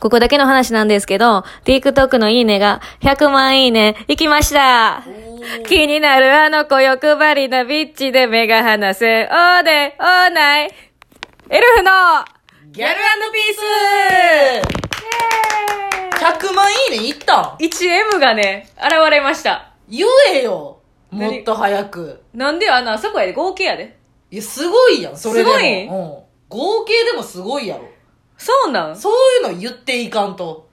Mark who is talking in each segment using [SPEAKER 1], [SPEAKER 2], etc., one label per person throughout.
[SPEAKER 1] ここだけの話なんですけど、TikTok のいいねが100万いいね、いきました気になるあの子欲張りなビッチで目が離せん、おーで、おーない、エルフの
[SPEAKER 2] ギャルピース !100 万いいねいった
[SPEAKER 1] 1M がね、現れました。
[SPEAKER 2] 言えよもっと早く。
[SPEAKER 1] なんでよあの、あそこやで、合計やで。
[SPEAKER 2] いや、すごいやん、それでも。
[SPEAKER 1] すごい
[SPEAKER 2] うん。合計でもすごいやろ。
[SPEAKER 1] そうなん
[SPEAKER 2] そういうの言っていかんと。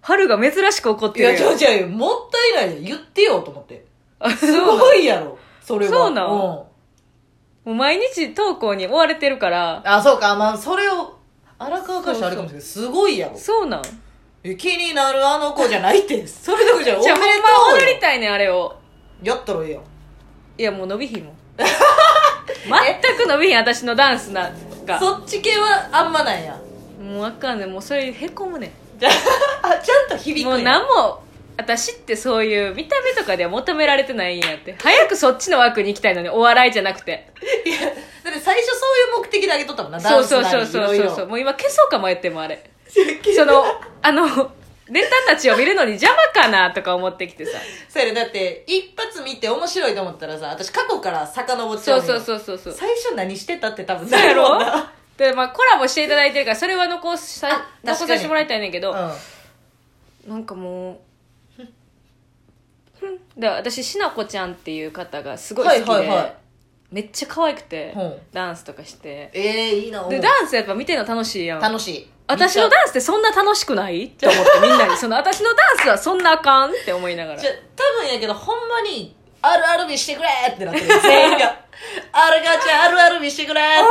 [SPEAKER 1] 春が珍しく怒っ
[SPEAKER 2] い
[SPEAKER 1] て
[SPEAKER 2] や、
[SPEAKER 1] るやん。
[SPEAKER 2] 違う違う、もったいないやん。言ってよ、と思って。
[SPEAKER 1] あ
[SPEAKER 2] す
[SPEAKER 1] そう
[SPEAKER 2] ごいやろ。それは。
[SPEAKER 1] そうなん
[SPEAKER 2] うん。
[SPEAKER 1] もう毎日投稿に追われてるから、
[SPEAKER 2] あ、そうか、まあ、それを、荒川かしらあるかもしれないけど、すごいやろ。
[SPEAKER 1] そうなん。じ
[SPEAKER 2] え気になるあの子じゃないって、それどころじゃない、
[SPEAKER 1] ゃあ
[SPEAKER 2] お
[SPEAKER 1] ほ
[SPEAKER 2] めで
[SPEAKER 1] ん
[SPEAKER 2] と
[SPEAKER 1] ま
[SPEAKER 2] う
[SPEAKER 1] 踊
[SPEAKER 2] よ
[SPEAKER 1] りたいねん、あれを。
[SPEAKER 2] やったらええやん。
[SPEAKER 1] いや、もう伸びひんもん。全く伸びひん、私のダンスなんか。
[SPEAKER 2] そっち系はあんまなんや。
[SPEAKER 1] もうあかんねん、もうそれへこむね
[SPEAKER 2] じゃあ、ちゃんと響
[SPEAKER 1] ん。
[SPEAKER 2] く
[SPEAKER 1] もうん
[SPEAKER 2] や
[SPEAKER 1] 何も、私ってそういう見た目とかでは求められてないんやって。早くそっちの枠に行きたいのに、お笑いじゃなくて。
[SPEAKER 2] いやだって最初そういう目的であげとったもんな、ダ
[SPEAKER 1] そ
[SPEAKER 2] ン
[SPEAKER 1] う
[SPEAKER 2] スな
[SPEAKER 1] そう
[SPEAKER 2] り
[SPEAKER 1] そうそう
[SPEAKER 2] い
[SPEAKER 1] そう
[SPEAKER 2] ろい
[SPEAKER 1] そう。
[SPEAKER 2] ろ
[SPEAKER 1] もう今消そうか迷ってもあれ。
[SPEAKER 2] そ
[SPEAKER 1] その、あの、ネタたちを見るのに邪魔かなとか思ってきてさ。
[SPEAKER 2] それだって、一発見て面白いと思ったらさ、私過去から遡っちゃ
[SPEAKER 1] そうう
[SPEAKER 2] ねん
[SPEAKER 1] そうそうそうそう。
[SPEAKER 2] 最初何してたって多分
[SPEAKER 1] そう
[SPEAKER 2] な
[SPEAKER 1] や
[SPEAKER 2] るも
[SPEAKER 1] ろ
[SPEAKER 2] んな。
[SPEAKER 1] で、まあコラボしていただいてるから、それは残さ
[SPEAKER 2] あ、
[SPEAKER 1] 残
[SPEAKER 2] 確かに
[SPEAKER 1] させてもらいたいねんけど、
[SPEAKER 2] うん。
[SPEAKER 1] なんかもうふんで私しなこちゃんっていう方がすごい好きで、
[SPEAKER 2] はいはいはい
[SPEAKER 1] めっちゃ可愛くて、
[SPEAKER 2] うん
[SPEAKER 1] ダンスとかして
[SPEAKER 2] ええいいな、
[SPEAKER 1] で
[SPEAKER 2] うん
[SPEAKER 1] ダンスやっぱ見てるの楽しいやん
[SPEAKER 2] 楽しい。
[SPEAKER 1] 私の
[SPEAKER 2] ン
[SPEAKER 1] ダンスってそんな楽しくないって思ってみんなにその私のダンスはそんなあかんって思いながら
[SPEAKER 2] じゃ、多分やけど、ほんまに、あるある見してくれってなってる。 全員が。あるがちゃん、あるある見してくれ
[SPEAKER 1] お
[SPEAKER 2] っ
[SPEAKER 1] 笑いじゃ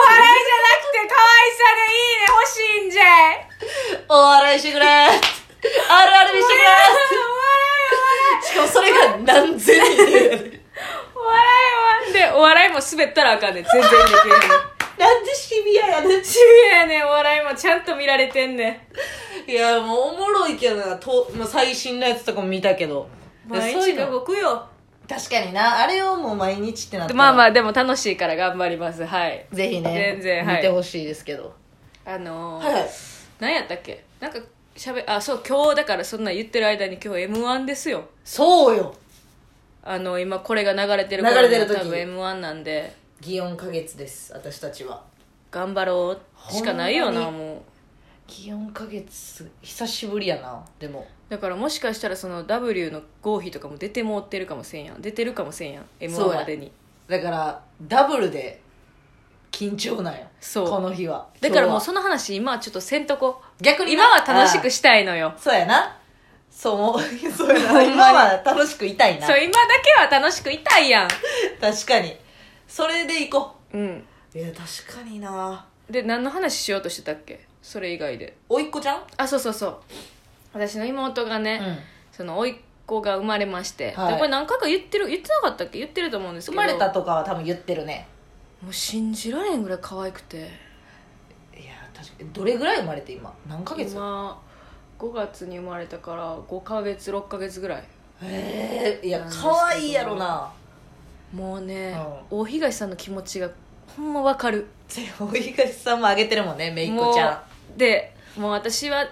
[SPEAKER 1] なくて可愛さでいいね欲しいんじゃい
[SPEAKER 2] て。お笑いしてくれあるある見してくれしかもそれが何千人いる
[SPEAKER 1] お笑いお笑いお笑いはでお笑いも滑ったらあかんねん全然できへんねん
[SPEAKER 2] なんでシビア やねん。
[SPEAKER 1] シビアやねんお笑いもちゃんと見られてんねん
[SPEAKER 2] いやもうおもろいけどなと、まあ、最新のやつとかも見たけど
[SPEAKER 1] 毎
[SPEAKER 2] そうい
[SPEAKER 1] 日
[SPEAKER 2] うの
[SPEAKER 1] 動くよ
[SPEAKER 2] 確かになあれをもう毎日ってなったら
[SPEAKER 1] まあまあでも楽しいから頑張りますはい
[SPEAKER 2] ぜひね
[SPEAKER 1] 全然はい
[SPEAKER 2] 見てほしいですけど
[SPEAKER 1] あのー
[SPEAKER 2] はいはい
[SPEAKER 1] 何やったっけなんかしゃべあそう今日だからそんなん言ってる間に今日 m 1ですよ
[SPEAKER 2] そうよ
[SPEAKER 1] あの今これが流れてる
[SPEAKER 2] 流れてる時
[SPEAKER 1] 多分 m 1なんで
[SPEAKER 2] 祇園花月です私たちは
[SPEAKER 1] 頑張ろうしかないよな
[SPEAKER 2] ほんまに
[SPEAKER 1] も
[SPEAKER 2] 祇園花月久しぶりやなでも
[SPEAKER 1] うだからもしかしたらその W の合否とかも出てもうってるかもせんやん出てるかもせんやん m
[SPEAKER 2] そう
[SPEAKER 1] 1
[SPEAKER 2] や
[SPEAKER 1] までに
[SPEAKER 2] だからダブルで緊張なんよ
[SPEAKER 1] そう
[SPEAKER 2] この日は
[SPEAKER 1] だからもう
[SPEAKER 2] 今日は
[SPEAKER 1] その話今はちょっとせんとこ
[SPEAKER 2] 逆にな
[SPEAKER 1] 今は楽しくしたいのよ
[SPEAKER 2] そうやなそう 思うそうや
[SPEAKER 1] ほんま
[SPEAKER 2] な
[SPEAKER 1] に
[SPEAKER 2] 今は楽しくいたいな
[SPEAKER 1] そう今だけは楽しくいたいやん
[SPEAKER 2] 確かにそれで行こ
[SPEAKER 1] うん
[SPEAKER 2] ういや確かにな
[SPEAKER 1] で何の話しようとしてたっけそれ以外で
[SPEAKER 2] おいっ子ちゃん
[SPEAKER 1] あそうそうそう私の妹がね、
[SPEAKER 2] うん
[SPEAKER 1] その甥っ子が生まれまして、
[SPEAKER 2] はい
[SPEAKER 1] でこれ何回か言ってる言ってなかったっけ言ってると思うんです
[SPEAKER 2] 生
[SPEAKER 1] けど
[SPEAKER 2] まれたとかは多分言ってるね
[SPEAKER 1] もう信じられんぐらい可愛くて
[SPEAKER 2] いや確かにどれぐらい生まれて今何ヶ月
[SPEAKER 1] 今5月に生まれたから5ヶ月6ヶ月ぐらい
[SPEAKER 2] ええいや
[SPEAKER 1] なんですけど
[SPEAKER 2] 可愛いやろな
[SPEAKER 1] もうね、
[SPEAKER 2] う
[SPEAKER 1] 大東さんの気持ちがほんまわかる
[SPEAKER 2] ぜお東さんもあげてるもんねめいっ
[SPEAKER 1] も
[SPEAKER 2] 子
[SPEAKER 1] う
[SPEAKER 2] ちゃ
[SPEAKER 1] でもう私は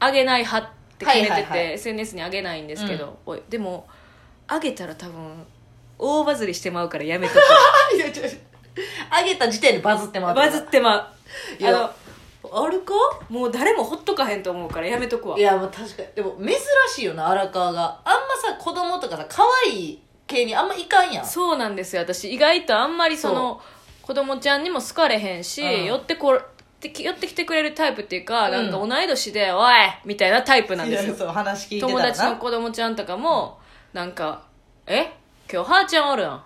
[SPEAKER 1] あげない派って決めてて、
[SPEAKER 2] はいはいはい
[SPEAKER 1] SNS にあげないんですけど、おいでもあげたら多分大バズりしてまうからやめとく
[SPEAKER 2] んいやちょあげた時点でバズって ます
[SPEAKER 1] バズってま
[SPEAKER 2] いう
[SPEAKER 1] あ
[SPEAKER 2] や
[SPEAKER 1] の
[SPEAKER 2] あるか
[SPEAKER 1] もう誰もほっとかへんと思うからやめとくわ
[SPEAKER 2] いやまあ確かにでも珍しいよな荒川があんまさ子供とかさ可愛い系にあんまいかんやん
[SPEAKER 1] そうなんですよ私意外とあんまりその子供ちゃんにも好かれへんし、
[SPEAKER 2] うん
[SPEAKER 1] 寄ってこてき寄ってきてくれるタイプっていうか、
[SPEAKER 2] うん
[SPEAKER 1] なんか同い年で「おい!」みたいなタイプなんですよ
[SPEAKER 2] いやそう話聞いてた
[SPEAKER 1] 友
[SPEAKER 2] らな
[SPEAKER 1] 達の子供ちゃんとかもなんか「え今日はーちゃんおるやん」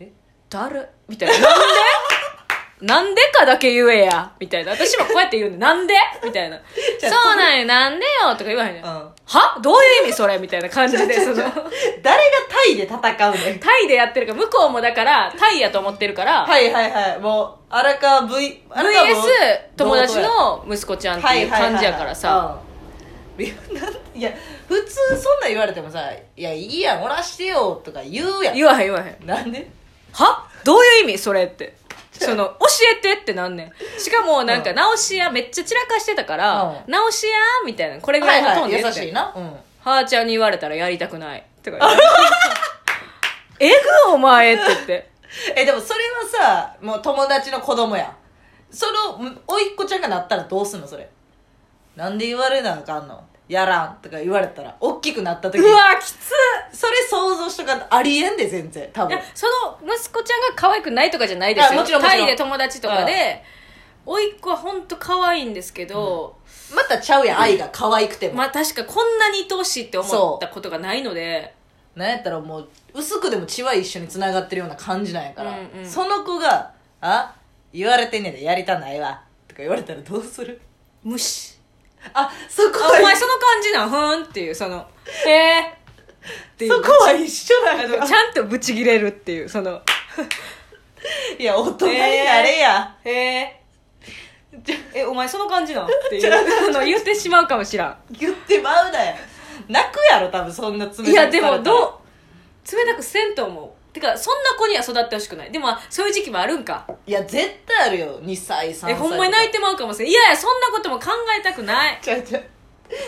[SPEAKER 2] え
[SPEAKER 1] 誰みたいな「なんで? 」なんでかだけ言えやみたいな私もこうやって言うねんなんで?」みたいな「
[SPEAKER 2] じゃあ
[SPEAKER 1] そうなんよなんでよ」とか言わへんねん、
[SPEAKER 2] うん
[SPEAKER 1] はどういう意味それみたいな感じでその
[SPEAKER 2] 誰がタイで戦うねん
[SPEAKER 1] タイでやってるから向こうもだからタイやと思ってるから、
[SPEAKER 2] はいはいはいもう荒川 V 荒川
[SPEAKER 1] VS
[SPEAKER 2] も
[SPEAKER 1] 友達の息子ちゃんっていう感じやからさ
[SPEAKER 2] はいはいはいはいうんいやなんいや普通そんなん言われてもさ「いやいいやんおらしてよ」とか言うやん
[SPEAKER 1] 言わへん言わへん
[SPEAKER 2] なんで
[SPEAKER 1] はどういう意味それってその、教えてってなんねん。しかも、なんか、
[SPEAKER 2] うん
[SPEAKER 1] 直し屋めっちゃ散らかしてたか
[SPEAKER 2] うん
[SPEAKER 1] ら、直し屋みたいな、これぐらいのトーンで
[SPEAKER 2] は
[SPEAKER 1] 言
[SPEAKER 2] い優
[SPEAKER 1] って
[SPEAKER 2] しいな。うん。
[SPEAKER 1] はーちゃんに言われたらやりたくない。とか言って えぐお前って言って。
[SPEAKER 2] え、でもそれはさ、もう友達の子供やん。その、んおいっ子ちゃんがなったらどうすんのそれ。なんで言われなあかんのやらんとか言われたら、おっきくなった時
[SPEAKER 1] う
[SPEAKER 2] に。
[SPEAKER 1] わ、きつ
[SPEAKER 2] それ想像しとかんとありえんで、全然。多
[SPEAKER 1] い
[SPEAKER 2] 分
[SPEAKER 1] や。その息子ちゃんが可愛くないとかじゃないです
[SPEAKER 2] あ
[SPEAKER 1] よ
[SPEAKER 2] もちろんもち
[SPEAKER 1] タ
[SPEAKER 2] ろん
[SPEAKER 1] イで友達とかで甥いっ子は本当可愛いんですけど、
[SPEAKER 2] またちゃうやん、愛が可愛くても。
[SPEAKER 1] まあ確かこんなに愛おしいって思ったことがないので
[SPEAKER 2] なんやったらもう薄くでも血は一緒に繋がってるような感じなんやから、
[SPEAKER 1] うんうん
[SPEAKER 2] その子が「あ言われてんねんでやりたないわ」とか言われたらどうする
[SPEAKER 1] 無視
[SPEAKER 2] あそこ
[SPEAKER 1] あ
[SPEAKER 2] は
[SPEAKER 1] お前その感じなんふーんっていうそのへえっていう
[SPEAKER 2] そこは一緒な
[SPEAKER 1] あ
[SPEAKER 2] ん
[SPEAKER 1] の
[SPEAKER 2] だ
[SPEAKER 1] ちゃんとブチギレるっていうその
[SPEAKER 2] いや大人になれや、
[SPEAKER 1] へええお前その感じなんって いうあの言ってしまうかもしらん
[SPEAKER 2] 言ってまうなや泣くやろ多分そんな冷たく
[SPEAKER 1] いやでも
[SPEAKER 2] う
[SPEAKER 1] どう冷たくせんと思うてかそんな子には育ってほしくないでもそういう時期もあるんか
[SPEAKER 2] いや絶対あるよ2歳3歳
[SPEAKER 1] えほんまに泣いてまうかもしれんいやいやそんなことも考えたくない
[SPEAKER 2] ちゃうちゃう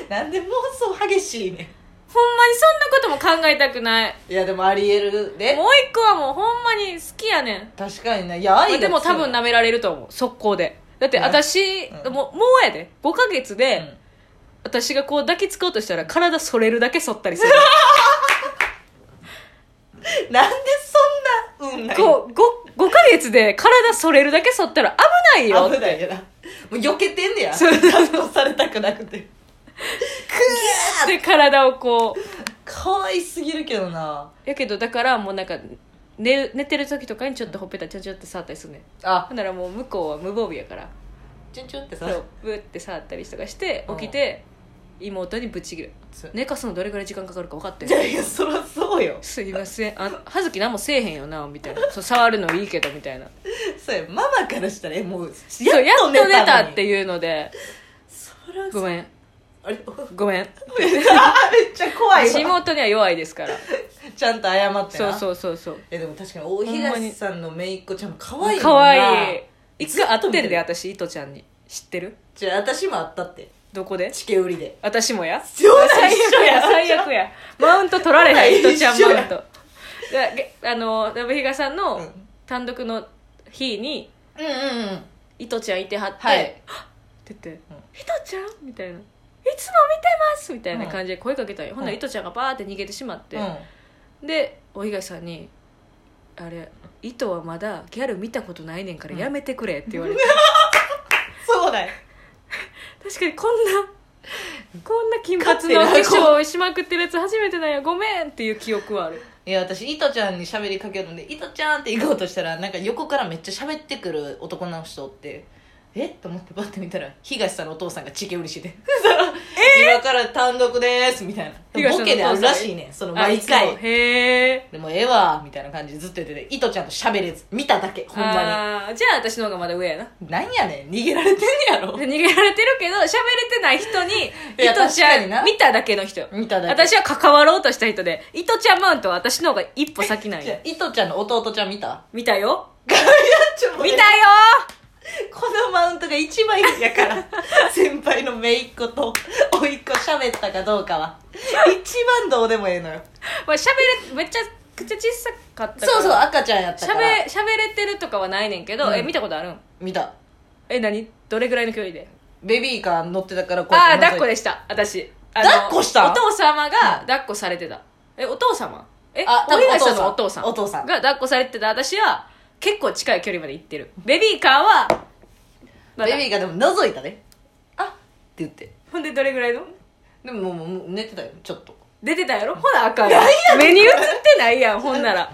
[SPEAKER 2] なんで妄想激しいね
[SPEAKER 1] ほんまにそんなことも考えたくない
[SPEAKER 2] んいやでもありえるで
[SPEAKER 1] もう一個はもうほんまに好きやねん
[SPEAKER 2] 確かにねいや愛が強い
[SPEAKER 1] でも多分舐められると思う速攻でだって
[SPEAKER 2] ね
[SPEAKER 1] 私、
[SPEAKER 2] うん
[SPEAKER 1] もうもうやで5ヶ月で、
[SPEAKER 2] うん
[SPEAKER 1] 私がこう抱きつこうとしたら体反れるだけ反ったりする
[SPEAKER 2] なんでそん な運ない
[SPEAKER 1] こう 5, 5ヶ月で体反れるだけ反ったら危ないよ
[SPEAKER 2] 危ないよなもう避けてんねや
[SPEAKER 1] そう
[SPEAKER 2] 担当されたくなくてくー
[SPEAKER 1] で体をこう
[SPEAKER 2] 可愛すぎるけどな
[SPEAKER 1] やけどだからもうなんか寝る寝てる時とかにちょっとほっぺたちょんちょんって触ったりするねん
[SPEAKER 2] あ
[SPEAKER 1] ほんならもう向こうは無防備やから
[SPEAKER 2] チュンチュンって
[SPEAKER 1] そ
[SPEAKER 2] さ
[SPEAKER 1] うブって触ったりとかして起きて妹にぶち切る
[SPEAKER 2] そう
[SPEAKER 1] 寝かすのどれぐらい時間かかるか分かってん
[SPEAKER 2] いやいやそらそうよ
[SPEAKER 1] すいませんあ葉月何もせえへんよなみたいなそう触るのいいけどみたいな
[SPEAKER 2] そうやママからしたらえもうやっ
[SPEAKER 1] そうやっ
[SPEAKER 2] と
[SPEAKER 1] と
[SPEAKER 2] 寝た
[SPEAKER 1] 寝たっていうので
[SPEAKER 2] そら
[SPEAKER 1] ごめん
[SPEAKER 2] あれ
[SPEAKER 1] ごめん
[SPEAKER 2] めっちゃ怖いわ
[SPEAKER 1] 妹には弱いですから
[SPEAKER 2] ちゃんと謝ってな
[SPEAKER 1] そうそう
[SPEAKER 2] う
[SPEAKER 1] そうそう
[SPEAKER 2] えでも確かに大東さんの姪っ子ちゃんも可愛いもんな
[SPEAKER 1] かわいい一
[SPEAKER 2] ずっ
[SPEAKER 1] 回
[SPEAKER 2] と
[SPEAKER 1] 会っ
[SPEAKER 2] 見
[SPEAKER 1] て
[SPEAKER 2] る
[SPEAKER 1] んで私糸ちゃんに知ってる
[SPEAKER 2] じゃあ私もあったって
[SPEAKER 1] どこで
[SPEAKER 2] チケ売りで
[SPEAKER 1] 私もや
[SPEAKER 2] そうだ
[SPEAKER 1] 最
[SPEAKER 2] 一緒
[SPEAKER 1] 悪や
[SPEAKER 2] や
[SPEAKER 1] 最悪やマウント取られへん
[SPEAKER 2] 一緒や
[SPEAKER 1] 人ちゃんマウントでげあのラブヒガさんの
[SPEAKER 2] うん
[SPEAKER 1] 単独の日に
[SPEAKER 2] うんうんうん
[SPEAKER 1] いとちゃんいてはって、
[SPEAKER 2] はい
[SPEAKER 1] って言って「いとちゃん?」みたいな「いつも見てます!」みたいな感じで声かけたんよ、ほんなら
[SPEAKER 2] うん
[SPEAKER 1] いとちゃんがバーって逃げてしまって、
[SPEAKER 2] うん
[SPEAKER 1] でお東さんに「あれいとはまだギャル見たことないねんからやめてくれ」って言わ れて、
[SPEAKER 2] そうだよ
[SPEAKER 1] 確かにこんなこんな金髪の化
[SPEAKER 2] 勝手な
[SPEAKER 1] 粧をしまくってるやつ初めてなんやごめんっていう記憶はある
[SPEAKER 2] いや私糸ちゃんに喋りかけるんで「糸ちゃん」って行こうとしたらなんか横からめっちゃ喋ってくる男の人おってえっと思ってバッて見たら東さんのお父さんがチケ売 りしてて「今から単独です」みたいな
[SPEAKER 1] 東さんのお父さん
[SPEAKER 2] ボケで あるらしいねんその毎
[SPEAKER 1] あいつ
[SPEAKER 2] 回
[SPEAKER 1] もへえ
[SPEAKER 2] でもええわみたいな感じでずっと言ってて糸ちゃんと喋れず見ただけほんま
[SPEAKER 1] あーじゃあ私の方がまだ上やな
[SPEAKER 2] になんやねん逃げられてんねやろ
[SPEAKER 1] で逃げられてるけど喋れてない人に「
[SPEAKER 2] いや
[SPEAKER 1] いとち
[SPEAKER 2] 確
[SPEAKER 1] ゃ」
[SPEAKER 2] かになん
[SPEAKER 1] 見ただけの人
[SPEAKER 2] 見ただけ
[SPEAKER 1] 私は関わろうとした人で「いとちゃんマウント」は私の方が一歩先なん
[SPEAKER 2] じゃあ
[SPEAKER 1] や
[SPEAKER 2] 糸ちゃんの弟ちゃん見た
[SPEAKER 1] 見たよ
[SPEAKER 2] いやちょっと
[SPEAKER 1] 見
[SPEAKER 2] 待
[SPEAKER 1] た
[SPEAKER 2] っ
[SPEAKER 1] よ
[SPEAKER 2] てこのマウントが一番いいんやから 先輩の姪っ子と甥っ子喋ったかどうかは一番どうでもええのよ
[SPEAKER 1] まあ喋れめっちゃくちゃ小さかったから
[SPEAKER 2] そうそう赤ちゃんやったから
[SPEAKER 1] 喋喋れてるとかはないねんけど、
[SPEAKER 2] うん
[SPEAKER 1] え見たことあるん
[SPEAKER 2] 見た
[SPEAKER 1] え何どれぐらいの距離で
[SPEAKER 2] ベビーカー乗ってたからこう
[SPEAKER 1] ああー
[SPEAKER 2] や
[SPEAKER 1] 抱っこでした私あの
[SPEAKER 2] 抱っこした
[SPEAKER 1] お父様が抱っこされてた、えお父様え
[SPEAKER 2] あ多
[SPEAKER 1] お
[SPEAKER 2] 分
[SPEAKER 1] 東さんのお父さん
[SPEAKER 2] お父さん
[SPEAKER 1] が抱っこされてた私は結構近い距離まで行ってるベビーカーは、まだ
[SPEAKER 2] ベビーカーでも覗いたねあって言って
[SPEAKER 1] ほんでどれぐらいの
[SPEAKER 2] でももうもう寝てたよちょ っと
[SPEAKER 1] 出てたやろほなあかんやん目に映ってないやんほんな ら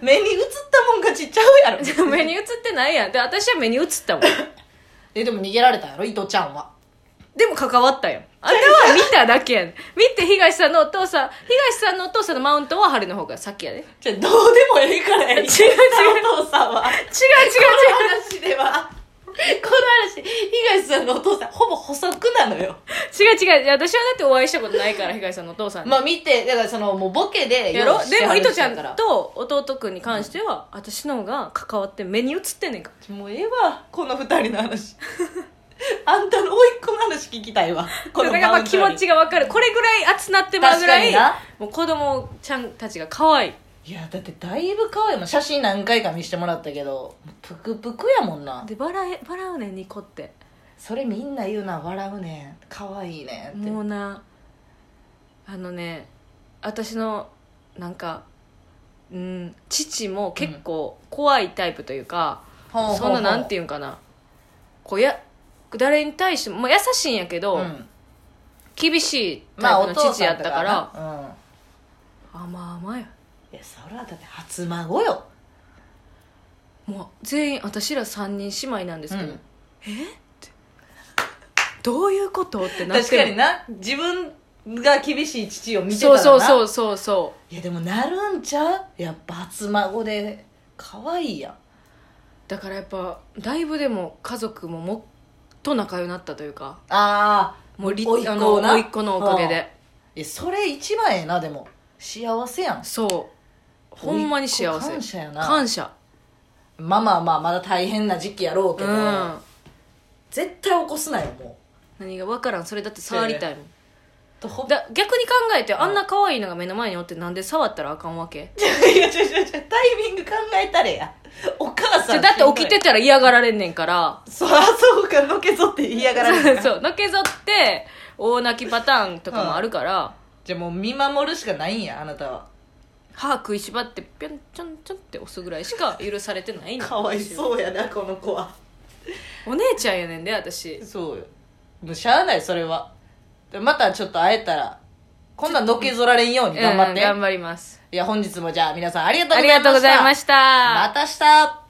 [SPEAKER 2] 目に映ったもんがちっちゃう やろ
[SPEAKER 1] 目に映ってないやんで私は目に映ったもん
[SPEAKER 2] えでも逃げられたやろ伊藤ちゃんは
[SPEAKER 1] でも関わったよ。あれは見ただけやねん。見て東さんのお父さん、東さんのお父さんのマウントは春の方が先やで。違う違
[SPEAKER 2] じゃどうでもええからや
[SPEAKER 1] 違う違う
[SPEAKER 2] お父さんは
[SPEAKER 1] う違う。
[SPEAKER 2] 話では話東さんのお父さんほぼ補足なのよ
[SPEAKER 1] 違う違ういや私はだってお会いしたことないから東さんのお父さんに、
[SPEAKER 2] まあ見てだからそのもうボケで
[SPEAKER 1] やろでも
[SPEAKER 2] よ
[SPEAKER 1] い
[SPEAKER 2] ろ
[SPEAKER 1] と
[SPEAKER 2] し
[SPEAKER 1] ち
[SPEAKER 2] く
[SPEAKER 1] ゃ
[SPEAKER 2] 話した
[SPEAKER 1] んと弟くんに関しては私の方が関わって目に映ってんねんか
[SPEAKER 2] もうええわこの二人の話 あんたの甥いっ子の話聞きたいわこ
[SPEAKER 1] だ
[SPEAKER 2] の
[SPEAKER 1] からやっぱ気持
[SPEAKER 2] ち
[SPEAKER 1] ちが分かるこれぐらい熱なってまうぐらい
[SPEAKER 2] 確かにな
[SPEAKER 1] もう子供ちゃんたちが可愛い
[SPEAKER 2] いやだってだいぶ可愛いもん写真何回か見してもらったけどプクプクやもんな
[SPEAKER 1] で笑え笑うねんニコって
[SPEAKER 2] それみんな言うな笑うねん可愛いねんって
[SPEAKER 1] もうなあのね私のなんかうん父も結構怖いタイプというか、
[SPEAKER 2] ほうほうほう
[SPEAKER 1] そんななんていうんかなこうや誰に対しても、まあ優しいんやけど、
[SPEAKER 2] うん
[SPEAKER 1] 厳しい
[SPEAKER 2] まあ
[SPEAKER 1] タイプ
[SPEAKER 2] お
[SPEAKER 1] の
[SPEAKER 2] 父
[SPEAKER 1] 父
[SPEAKER 2] さ
[SPEAKER 1] や
[SPEAKER 2] ん
[SPEAKER 1] っ
[SPEAKER 2] だ
[SPEAKER 1] た
[SPEAKER 2] か
[SPEAKER 1] からら、
[SPEAKER 2] なうん
[SPEAKER 1] 甘々や
[SPEAKER 2] いやそれはだって初孫よ
[SPEAKER 1] もう全員私ら3人姉妹なんですけど、
[SPEAKER 2] うん
[SPEAKER 1] えってどういうことってなっ
[SPEAKER 2] 確
[SPEAKER 1] て
[SPEAKER 2] かにな自分が厳しい父を見てたら
[SPEAKER 1] そう
[SPEAKER 2] な
[SPEAKER 1] そうそうそうそう
[SPEAKER 2] いやでもなるんちゃうやっぱ初孫で可愛いやん
[SPEAKER 1] だからやっぱだいぶでも家族ももっと仲良くなったというか
[SPEAKER 2] ああ
[SPEAKER 1] もうり
[SPEAKER 2] 甥っ子
[SPEAKER 1] あの
[SPEAKER 2] な
[SPEAKER 1] 甥っ子のおかげで
[SPEAKER 2] いやそれ一番ええなでも幸せやん
[SPEAKER 1] そうほんまに幸せ
[SPEAKER 2] 感謝やな
[SPEAKER 1] 感謝
[SPEAKER 2] まあまあまあまだ大変な時期やろう
[SPEAKER 1] う
[SPEAKER 2] けど、
[SPEAKER 1] ん
[SPEAKER 2] 絶対起こすなよも
[SPEAKER 1] 何が分からんそれだって触りたいもん
[SPEAKER 2] うとほ
[SPEAKER 1] だ逆に考えてあんな可愛いのが目の前におってなんで触ったらあかんわけ
[SPEAKER 2] いや違う違う違うタイミング考えたれやお母
[SPEAKER 1] じ
[SPEAKER 2] さ
[SPEAKER 1] ゃ
[SPEAKER 2] ん
[SPEAKER 1] だって起きてたら嫌がられんねんから
[SPEAKER 2] そらそうかのけぞって嫌がられるか ら
[SPEAKER 1] そうのけぞって大泣きパターンとかもあるから
[SPEAKER 2] じゃあもう見守るしかないんやあなたは
[SPEAKER 1] 歯食いしばってぴょんちょんちょんって押すぐらいしか許されて ないねん
[SPEAKER 2] かわいそうやなこの子は
[SPEAKER 1] お姉ちゃんやねんで私
[SPEAKER 2] そうよもうしゃあないそれはでまたちょっと会えたら今度はのけぞられんように頑張って、
[SPEAKER 1] うん頑張ります
[SPEAKER 2] いや本日もじゃあ皆さんありがと
[SPEAKER 1] あ
[SPEAKER 2] うご
[SPEAKER 1] り
[SPEAKER 2] ざいました
[SPEAKER 1] がとうございました
[SPEAKER 2] また明日